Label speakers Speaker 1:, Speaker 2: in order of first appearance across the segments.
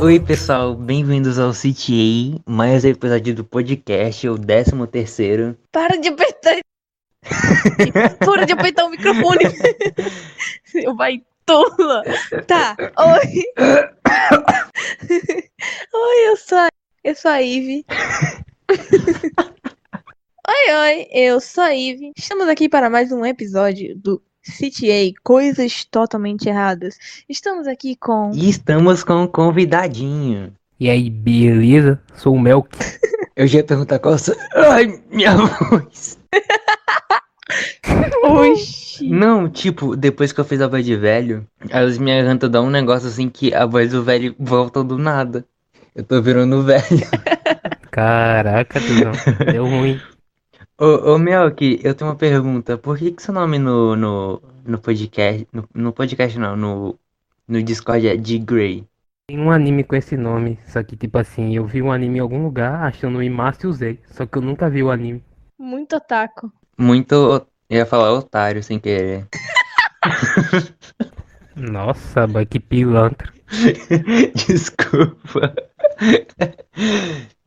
Speaker 1: Oi pessoal, bem-vindos ao CTA, mais um episódio do podcast, o 13 terceiro.
Speaker 2: Para de apertar. Tipo, Para de apertar o microfone. Seu baitola. Tá, oi. oi, eu sou a, eu sou a Ive. oi, oi, eu sou a Ive. Estamos aqui para mais um episódio do CTA, Coisas Totalmente Erradas. Estamos aqui com.
Speaker 1: E estamos com um convidadinho.
Speaker 3: E aí, beleza? Sou o Melk.
Speaker 1: Eu já ia perguntar qual. sou- Ai, minha voz.
Speaker 2: Oxi.
Speaker 1: Não, tipo, depois que eu fiz a voz de velho, as minhas garganta dá um negócio assim que a voz do velho volta do nada. Eu tô virando velho.
Speaker 3: Caraca, Tuzão. Deu ruim.
Speaker 1: Ô, ô Melk, eu tenho uma pergunta. Por que que seu nome no, no, no podcast. No, no podcast não, no, no Discord é de Grey?
Speaker 3: Tem um anime com esse nome. Só que, tipo assim, eu vi um anime em algum lugar achando o Imácio e usei. Só que eu nunca vi o anime.
Speaker 2: Muito otaku.
Speaker 1: Muito. o- Eu ia falar otário sem querer.
Speaker 3: Nossa, boy, que pilantra.
Speaker 1: Desculpa.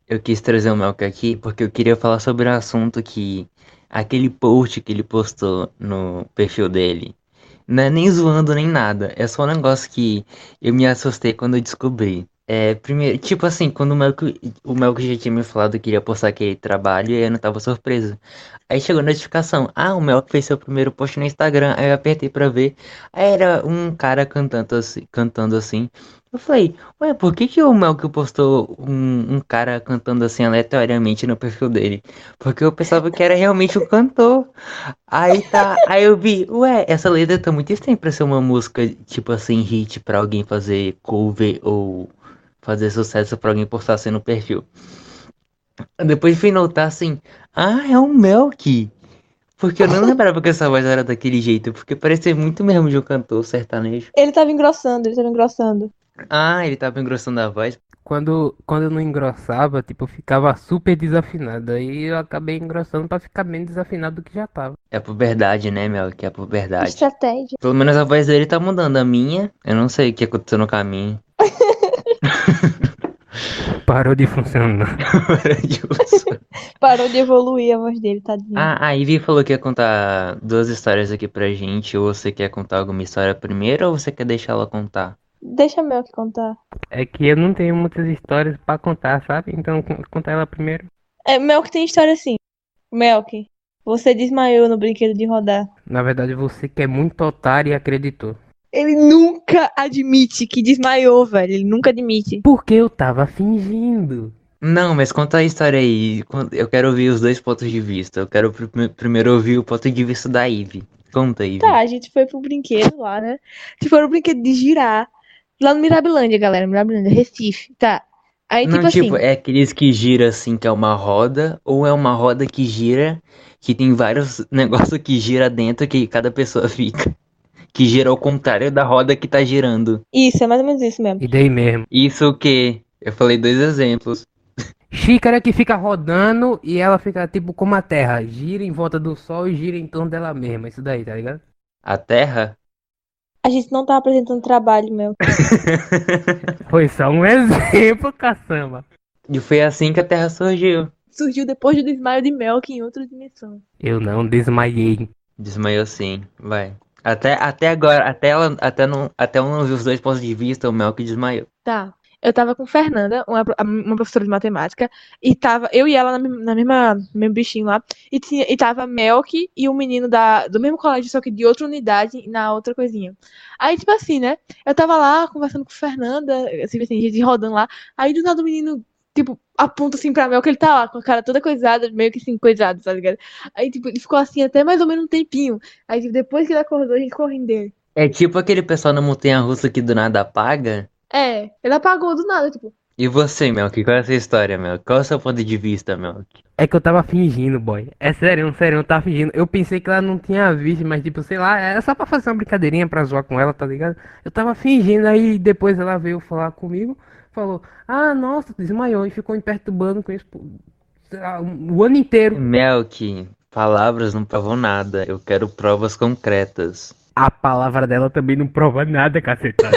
Speaker 1: Eu quis trazer o Melk aqui porque eu queria falar sobre o assunto que aquele post que ele postou no perfil dele. Não é nem zoando nem nada. É só um negócio que eu me assustei quando eu descobri. É, primeiro, tipo assim, quando o Melk, o Melk já tinha me falado que iria postar aquele trabalho e eu não tava surpreso. Aí chegou a notificação. Ah, o Melk fez seu primeiro post no Instagram. Aí eu apertei pra ver. Aí era um cara cantando assim, cantando assim. Eu falei, ué, por que que o Melk postou um, um cara cantando assim aleatoriamente no perfil dele? Porque eu pensava que era realmente o cantor. Aí tá, aí eu vi, ué, essa letra tá muito estranha pra ser uma música, tipo assim, hit pra alguém fazer cover ou fazer sucesso pra alguém postar assim no perfil. Depois fui notar assim, ah, é o Melk. Porque eu não lembrava que essa voz era daquele jeito, porque parecia muito mesmo de um cantor sertanejo.
Speaker 2: Ele tava engrossando, ele tava engrossando.
Speaker 1: Ah, ele tava engrossando a voz.
Speaker 3: Quando, quando eu não engrossava, tipo, eu ficava super desafinado. Aí eu acabei engrossando pra ficar menos desafinado do que já tava.
Speaker 1: É a puberdade, né, Melk? É a puberdade.
Speaker 2: Estratégia.
Speaker 1: Pelo menos a voz dele tá mudando. A minha, eu não sei o que aconteceu no caminho.
Speaker 3: Parou de funcionar.
Speaker 2: Parou de evoluir a voz dele, tadinho.
Speaker 1: ah, a Ivy falou que ia contar duas histórias aqui pra gente. Ou você quer contar alguma história primeiro ou você quer deixar ela contar?
Speaker 2: Deixa meu que contar.
Speaker 3: É que eu não tenho muitas histórias pra contar, sabe? Então, con- conta ela primeiro.
Speaker 2: É, Melk tem história assim. Melk, você desmaiou no brinquedo de rodar.
Speaker 3: Na verdade, você que é muito otário e acreditou.
Speaker 2: Ele nunca admite que desmaiou, velho. Ele nunca admite.
Speaker 3: Porque eu tava fingindo.
Speaker 1: Não, mas conta a história aí. Con- Eu quero ouvir os dois pontos de vista. Eu quero pr- primeiro ouvir o ponto de vista da Ivy. Conta, Ivy.
Speaker 2: Tá, a gente foi pro brinquedo lá, né? Tipo, era o brinquedo de girar. Lá no Mirabilândia, galera. Mirabilândia, Recife. Tá. Aí,
Speaker 1: Não,
Speaker 2: tipo, assim.
Speaker 1: é aqueles que gira assim, que é uma roda, ou é uma roda que gira, que tem vários negócios que gira dentro, que cada pessoa fica. Que gira ao contrário da roda que tá girando.
Speaker 2: Isso, é mais ou menos isso mesmo.
Speaker 3: E daí mesmo.
Speaker 1: Isso o quê? Eu falei dois exemplos.
Speaker 3: Xícara que fica rodando e ela fica tipo como a Terra. Gira em volta do Sol e gira em torno dela mesma. Isso daí, tá ligado?
Speaker 1: A Terra?
Speaker 2: A gente não tá apresentando trabalho, meu.
Speaker 3: Foi só um exemplo, caçamba.
Speaker 1: E foi assim que a Terra surgiu.
Speaker 2: Surgiu depois do desmaio de Melk em outra dimensão.
Speaker 3: Eu não desmaiei.
Speaker 1: Desmaiou sim, vai. Até, até agora, até, ela, até, não, até eu não vi os dois pontos de vista, o Melk desmaiou.
Speaker 2: Tá. Eu tava com Fernanda, uma, pro- uma professora de matemática, e tava eu e ela na, mim- na mesma no mesmo bichinho lá, e, tinha, e tava Melk e um menino da, do mesmo colégio, só que de outra unidade, na outra coisinha. Aí, tipo assim, né? Eu tava lá conversando com Fernanda, assim, assim, gente rodando lá, aí do nada o menino, tipo, aponta assim pra Melk, ele tá lá com a cara toda coisada, meio que assim, coisado, tá ligado? Aí, tipo, ele ficou assim até mais ou menos um tempinho. Aí, tipo, depois que ele acordou, a gente correndo dele.
Speaker 1: É tipo aquele pessoal na montanha-russa que do nada apaga.
Speaker 2: É, ele apagou do nada, tipo,
Speaker 1: E você, Melk? Qual é a sua história, Melk? Qual é o seu ponto de vista, Melk?
Speaker 3: É que eu tava fingindo, boy. É sério, sério, eu tava fingindo. Eu pensei que ela não tinha visto, mas tipo, sei lá, era só pra fazer uma brincadeirinha pra zoar com ela, tá ligado? Eu tava fingindo, aí depois ela veio falar comigo, falou, ah, nossa, desmaiou e ficou me perturbando com isso, pô, sei lá, um- o ano inteiro.
Speaker 1: Melk, palavras não provam nada. Eu quero provas concretas.
Speaker 3: A palavra dela também não prova nada, cacetada.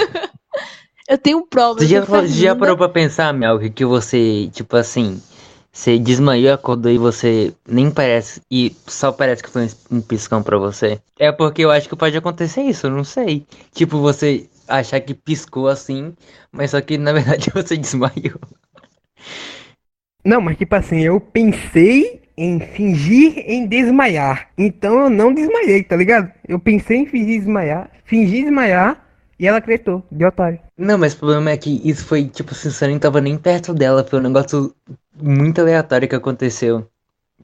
Speaker 2: Eu tenho provas.
Speaker 1: Você
Speaker 2: eu sou
Speaker 1: já, falou- já
Speaker 2: Fernanda.
Speaker 1: parou pra pensar, Mel, que- que você, tipo assim, você desmaiou, acordou e você nem parece, e só parece que foi um piscão pra você? É porque eu acho que pode acontecer isso, eu não sei. Tipo, você achar que piscou assim, mas só que na verdade você desmaiou.
Speaker 3: Não, mas tipo assim, eu pensei em fingir em desmaiar. Então eu não desmaiei, tá ligado? Eu pensei em fingir desmaiar, fingi desmaiar e ela acreditou, de otário.
Speaker 1: Não, mas o problema é que isso foi, tipo, assim, você nem tava nem perto dela, foi um negócio muito aleatório que aconteceu.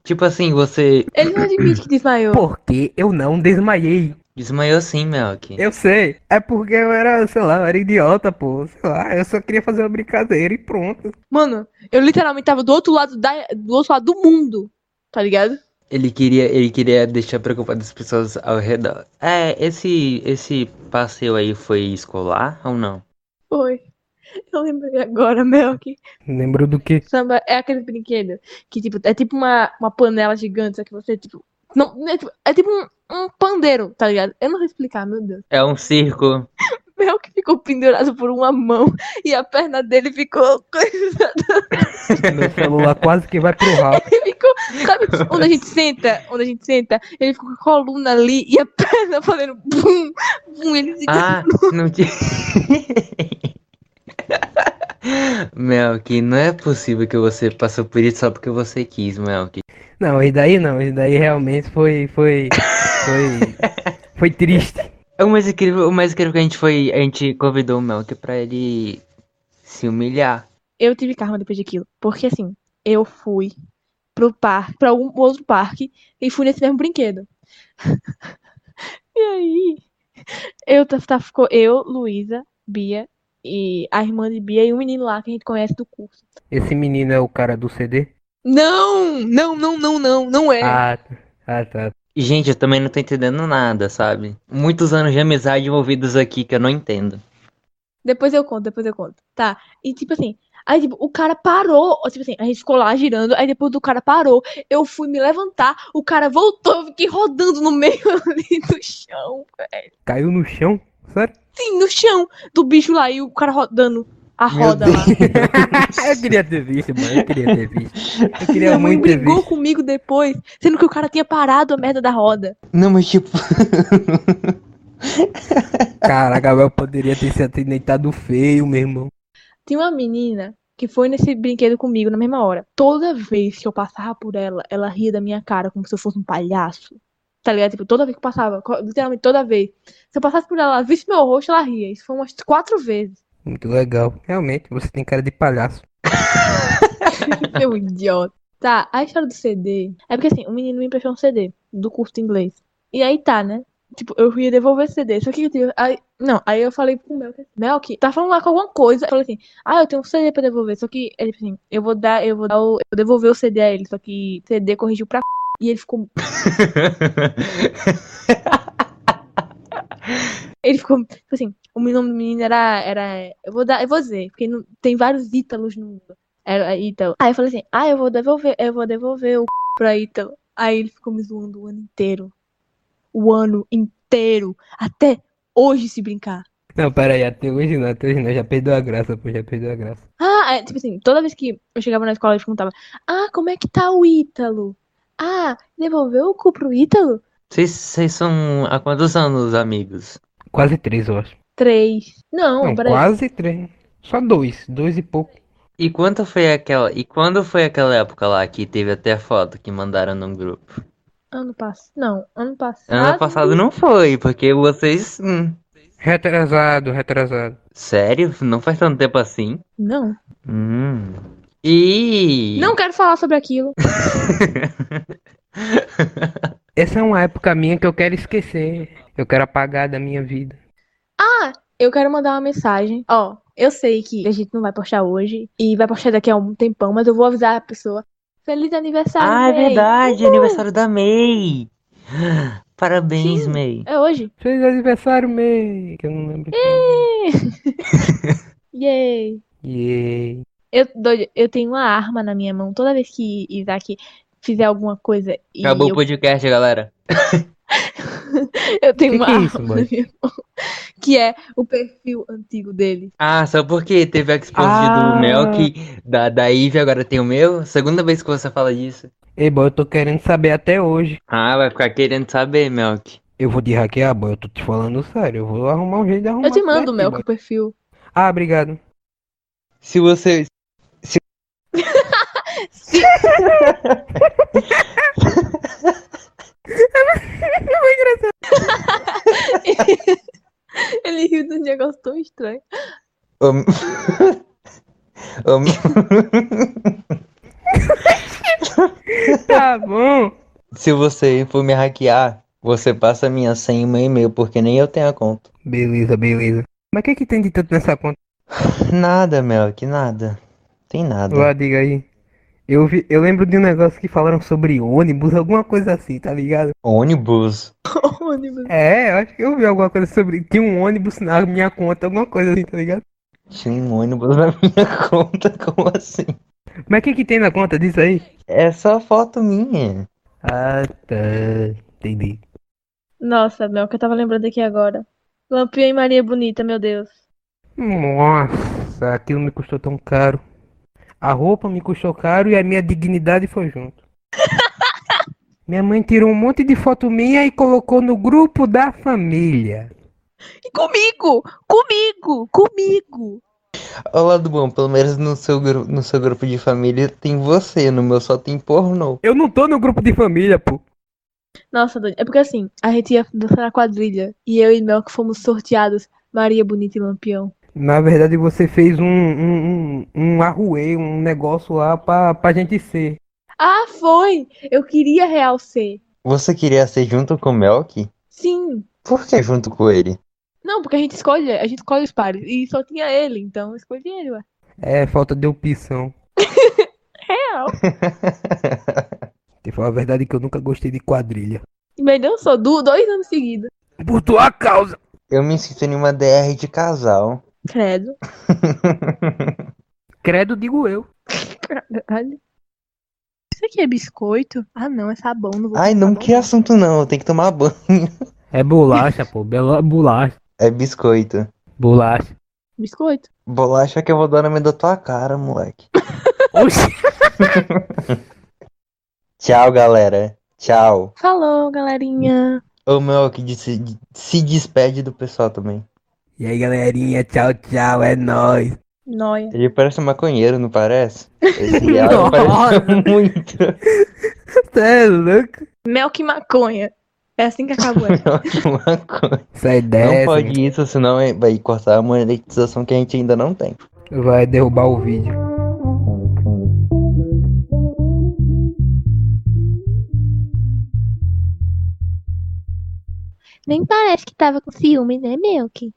Speaker 1: Tipo assim, você
Speaker 2: Ele não admite que desmaiou.
Speaker 3: Porque eu não desmaiei.
Speaker 1: desmaiou sim, Melk.
Speaker 3: Eu sei. É porque eu era, sei lá, eu era idiota, pô. Sei lá, eu só queria fazer uma brincadeira e pronto.
Speaker 2: Mano, eu literalmente tava do outro lado da, do outro lado do mundo. Tá ligado?
Speaker 1: Ele queria, ele queria deixar preocupadas as pessoas ao redor. É, esse, esse passeio aí foi escolar ou não?
Speaker 2: Foi. Eu lembrei agora, Melk.
Speaker 3: Lembrou do quê?
Speaker 2: Samba é aquele brinquedo que, tipo, é tipo uma, uma panela gigante, só que você, tipo. Não, não é, tipo é tipo um, um pandeiro, tá ligado? Eu não vou explicar, meu Deus.
Speaker 1: É um circo.
Speaker 2: Mel que ficou pendurado por uma mão e a perna dele ficou.
Speaker 3: Meu celular quase que vai pro ralo.
Speaker 2: Ele ficou. Sabe onde a gente senta? Onde a gente senta? Ele ficou com a coluna ali e a perna fazendo bum, bum. Ele fica.
Speaker 1: Ah, não tinha. Melk, não é possível que você passou por isso só porque você quis, Melk.
Speaker 3: Não, e daí não, e daí realmente foi, foi, foi, foi triste.
Speaker 1: É O mais incrível, o mais incrível que a gente foi, a gente convidou o Melk pra ele se humilhar.
Speaker 2: eu tive karma depois daquilo. Porque assim, eu fui pro parque, pra algum outro parque e fui nesse mesmo brinquedo. e aí, eu tá, tá- ficou eu, Luísa, Bia e a irmã de Bia e um menino lá que a gente conhece do curso.
Speaker 3: Esse menino é o cara do CD?
Speaker 2: Não, não, não, não, não, não é.
Speaker 3: Ah, tá. ah, tá.
Speaker 1: Gente, eu também não tô entendendo nada, sabe? Muitos anos de amizade envolvidos aqui que eu não entendo.
Speaker 2: Depois eu conto, depois eu conto. Tá. E tipo assim, aí tipo, o cara parou. ó, Tipo assim, a gente ficou lá girando, aí depois do cara parou, eu fui me levantar, o cara voltou, eu fiquei rodando no meio ali do chão.
Speaker 3: Caiu no chão? Sério?
Speaker 2: Sim, no chão do bicho lá e o cara rodando a
Speaker 1: Meu
Speaker 2: roda lá.
Speaker 3: eu queria ter visto, mano. Eu queria ter visto. Eu queria
Speaker 2: Minha mãe
Speaker 3: muito ter
Speaker 2: brigou
Speaker 3: visto.
Speaker 2: comigo depois, sendo que o cara tinha parado a merda da roda.
Speaker 1: Não, mas tipo.
Speaker 3: Caraca, eu poderia ter se atentado feio, meu irmão.
Speaker 2: Tinha uma menina que foi nesse brinquedo comigo na mesma hora. Toda vez que eu passava por ela, ela ria da minha cara como se eu fosse um palhaço. Tá ligado? Tipo, toda vez que eu passava, co- literalmente toda vez. Se eu passasse por ela, ela visse meu rosto, ela ria. Isso foi umas quatro vezes.
Speaker 3: Muito legal. Realmente, você tem cara de palhaço.
Speaker 2: Meu idiota. Tá, a história do CD. É porque assim, o menino me emprestou um CD do curso de inglês. E aí tá, né? Tipo, eu ia devolver esse CD. Só que eu tive. Aí, não, aí eu falei pro Melk, Melk, tá falando lá com alguma coisa. Eu falei assim, ah, eu tenho um CD pra devolver. Só que ele assim, eu vou dar, eu vou dar o. Eu vou devolver o CD a ele. Só que CD corrigiu pra c****. E ele ficou. Ele ficou. Tipo assim, o nome do menino era. era eu vou dar, eu vou dizer, porque não, tem vários Ítalos no mundo. Era Ítalo. Aí eu falei assim, ah, eu vou devolver, eu vou devolver o c... pra Ítalo. Aí ele ficou me zoando o ano inteiro. O ano inteiro. Até hoje se brincar.
Speaker 3: Não, pera aí, até hoje não, até hoje não. Já perdeu a graça, pô, já perdeu a graça.
Speaker 2: Ah, é, tipo assim, toda vez que eu chegava na escola, eles perguntavam: Ah, como é que tá o Ítalo? Ah, devolveu o cu pro Ítalo?
Speaker 1: Vocês, vocês são há quantos anos, amigos?
Speaker 3: Quase três, eu acho.
Speaker 2: Três. Não,
Speaker 3: Não,
Speaker 2: peraí.
Speaker 3: quase três. Só dois, dois e pouco.
Speaker 1: E quanto foi aquela, e quando foi aquela época lá que teve até foto que mandaram num grupo?
Speaker 2: Ano passado. Não, ano passado.
Speaker 1: Ano passado não foi, porque vocês, hum,
Speaker 3: Retrasado, retrasado.
Speaker 1: sério? Não faz tanto tempo assim?
Speaker 2: Não.
Speaker 1: Hum. E
Speaker 2: Não quero falar sobre aquilo.
Speaker 3: Essa é uma época minha que eu quero esquecer. Eu quero apagar da minha vida.
Speaker 2: Eu quero mandar uma mensagem. Ó, eu sei que a gente não vai postar hoje e vai postar daqui a um tempão, mas eu vou avisar a pessoa. Feliz aniversário,
Speaker 1: Ah, é
Speaker 2: May.
Speaker 1: verdade, aniversário da May. Parabéns,
Speaker 2: Sim.
Speaker 1: May.
Speaker 2: É hoje.
Speaker 3: Feliz aniversário, meio que eu não lembro. qual.
Speaker 2: Yay.
Speaker 3: Yay.
Speaker 2: Eu, doido, eu tenho uma arma na minha mão toda vez que Isaac fizer alguma coisa e
Speaker 1: Acabou o
Speaker 2: eu-
Speaker 1: podcast, galera.
Speaker 2: Eu tenho
Speaker 3: Que
Speaker 2: uma
Speaker 3: que é isso,
Speaker 2: aula na
Speaker 3: boy?
Speaker 2: minha mão, que é o perfil antigo dele.
Speaker 1: Ah, só porque teve a Exposed
Speaker 3: Ah.
Speaker 1: do Melk, da, da Ivy, agora tem o meu? Segunda vez que você fala disso.
Speaker 3: Ei, boy, eu tô querendo saber até hoje.
Speaker 1: Ah, vai ficar querendo saber, Melk.
Speaker 3: Eu vou te hackear, boy, eu tô te falando sério. Eu vou arrumar um jeito de arrumar
Speaker 2: Eu te
Speaker 3: isso
Speaker 2: mando,
Speaker 3: daqui,
Speaker 2: Mel,
Speaker 3: boy.
Speaker 2: o perfil.
Speaker 3: Ah, obrigado.
Speaker 1: Se você. Se...
Speaker 2: Ele riu de um negócio tão estranho.
Speaker 1: Ô, m- Ô, m-
Speaker 3: Tá bom.
Speaker 1: Se você for me hackear, você passa minha senha e meu e-mail, porque nem eu tenho a conta.
Speaker 3: Beleza, beleza. Mas o que que tem de tanto nessa conta
Speaker 1: Nada, Melk, nada. Tem nada.
Speaker 3: lá, diga aí? Eu vi, eu lembro de um negócio que falaram sobre ônibus, alguma coisa assim, tá ligado?
Speaker 1: Ônibus.
Speaker 2: Ônibus.
Speaker 3: É, eu acho que eu vi alguma coisa sobre. Tinha um ônibus na minha conta, alguma coisa assim, tá ligado?
Speaker 1: Tinha um ônibus na minha conta, como assim?
Speaker 3: Mas o que que tem na conta disso aí?
Speaker 1: É só foto minha.
Speaker 3: Ah, tá. Entendi.
Speaker 2: Nossa, Mel, que eu tava lembrando aqui agora. Lampião e Maria Bonita, meu Deus.
Speaker 3: Nossa, aquilo me custou tão caro. A roupa me custou caro e a minha dignidade foi junto. Minha mãe tirou um monte de foto minha e colocou no grupo da família.
Speaker 2: E comigo! Comigo! Comigo!
Speaker 1: Ao lado bom, pelo menos no seu, gru- no seu grupo de família tem você, no meu só tem pornô.
Speaker 3: Eu não tô no grupo de família, pô.
Speaker 2: Nossa, Dani, é porque assim, a gente ia dançar na quadrilha. E eu e Mel que fomos sorteados. Maria Bonita e Lampião.
Speaker 3: Na verdade, você fez um, um, um, um arruê, um negócio lá pra, pra gente ser.
Speaker 2: Ah, foi! Eu queria real ser.
Speaker 1: Você queria ser junto com o Melk?
Speaker 2: Sim.
Speaker 1: Por que junto com ele?
Speaker 2: Não, porque a gente escolhe, a gente escolhe os pares. E só tinha ele, então eu escolhi ele, ué.
Speaker 3: É, falta de opção.
Speaker 2: Real.
Speaker 3: Te falar a verdade que eu nunca gostei de quadrilha.
Speaker 2: E me dançou du- dois anos seguidos.
Speaker 3: Por tua causa!
Speaker 1: Eu me sinto em uma DR de casal.
Speaker 2: Credo.
Speaker 3: Credo, digo eu.
Speaker 2: Caralho. Isso aqui é biscoito? Ah, não, é sabão. Não vou
Speaker 1: Ai,
Speaker 2: colocar
Speaker 1: não,
Speaker 2: sabão.
Speaker 1: que assunto não, eu tenho que tomar banho.
Speaker 3: É bolacha, pô. Bela bolacha.
Speaker 1: É biscoito.
Speaker 3: Bolacha.
Speaker 2: Biscoito.
Speaker 1: Bolacha que eu vou dar no meio da tua cara, moleque.
Speaker 3: Oxi.
Speaker 1: Tchau, galera. Tchau.
Speaker 2: Falou, galerinha.
Speaker 1: Ô, Melk, de- se, de- se despede do pessoal também.
Speaker 3: E aí, galerinha. Tchau, tchau. É nóis.
Speaker 2: Noia.
Speaker 1: Ele parece um maconheiro, não parece? Esse áudio
Speaker 3: Nossa.
Speaker 1: parece muito.
Speaker 3: Cê é louco?
Speaker 2: Mel que maconha. É assim que acabou.
Speaker 1: Melk maconha.
Speaker 3: Sai
Speaker 1: Não
Speaker 3: dessa.
Speaker 1: pode isso, senão vai cortar a monetização que a gente ainda não tem.
Speaker 3: Vai derrubar o vídeo.
Speaker 2: Nem parece que tava com ciúme, né, Melk?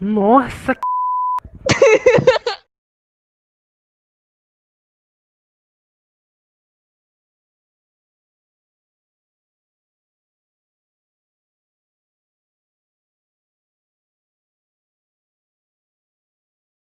Speaker 3: Nossa,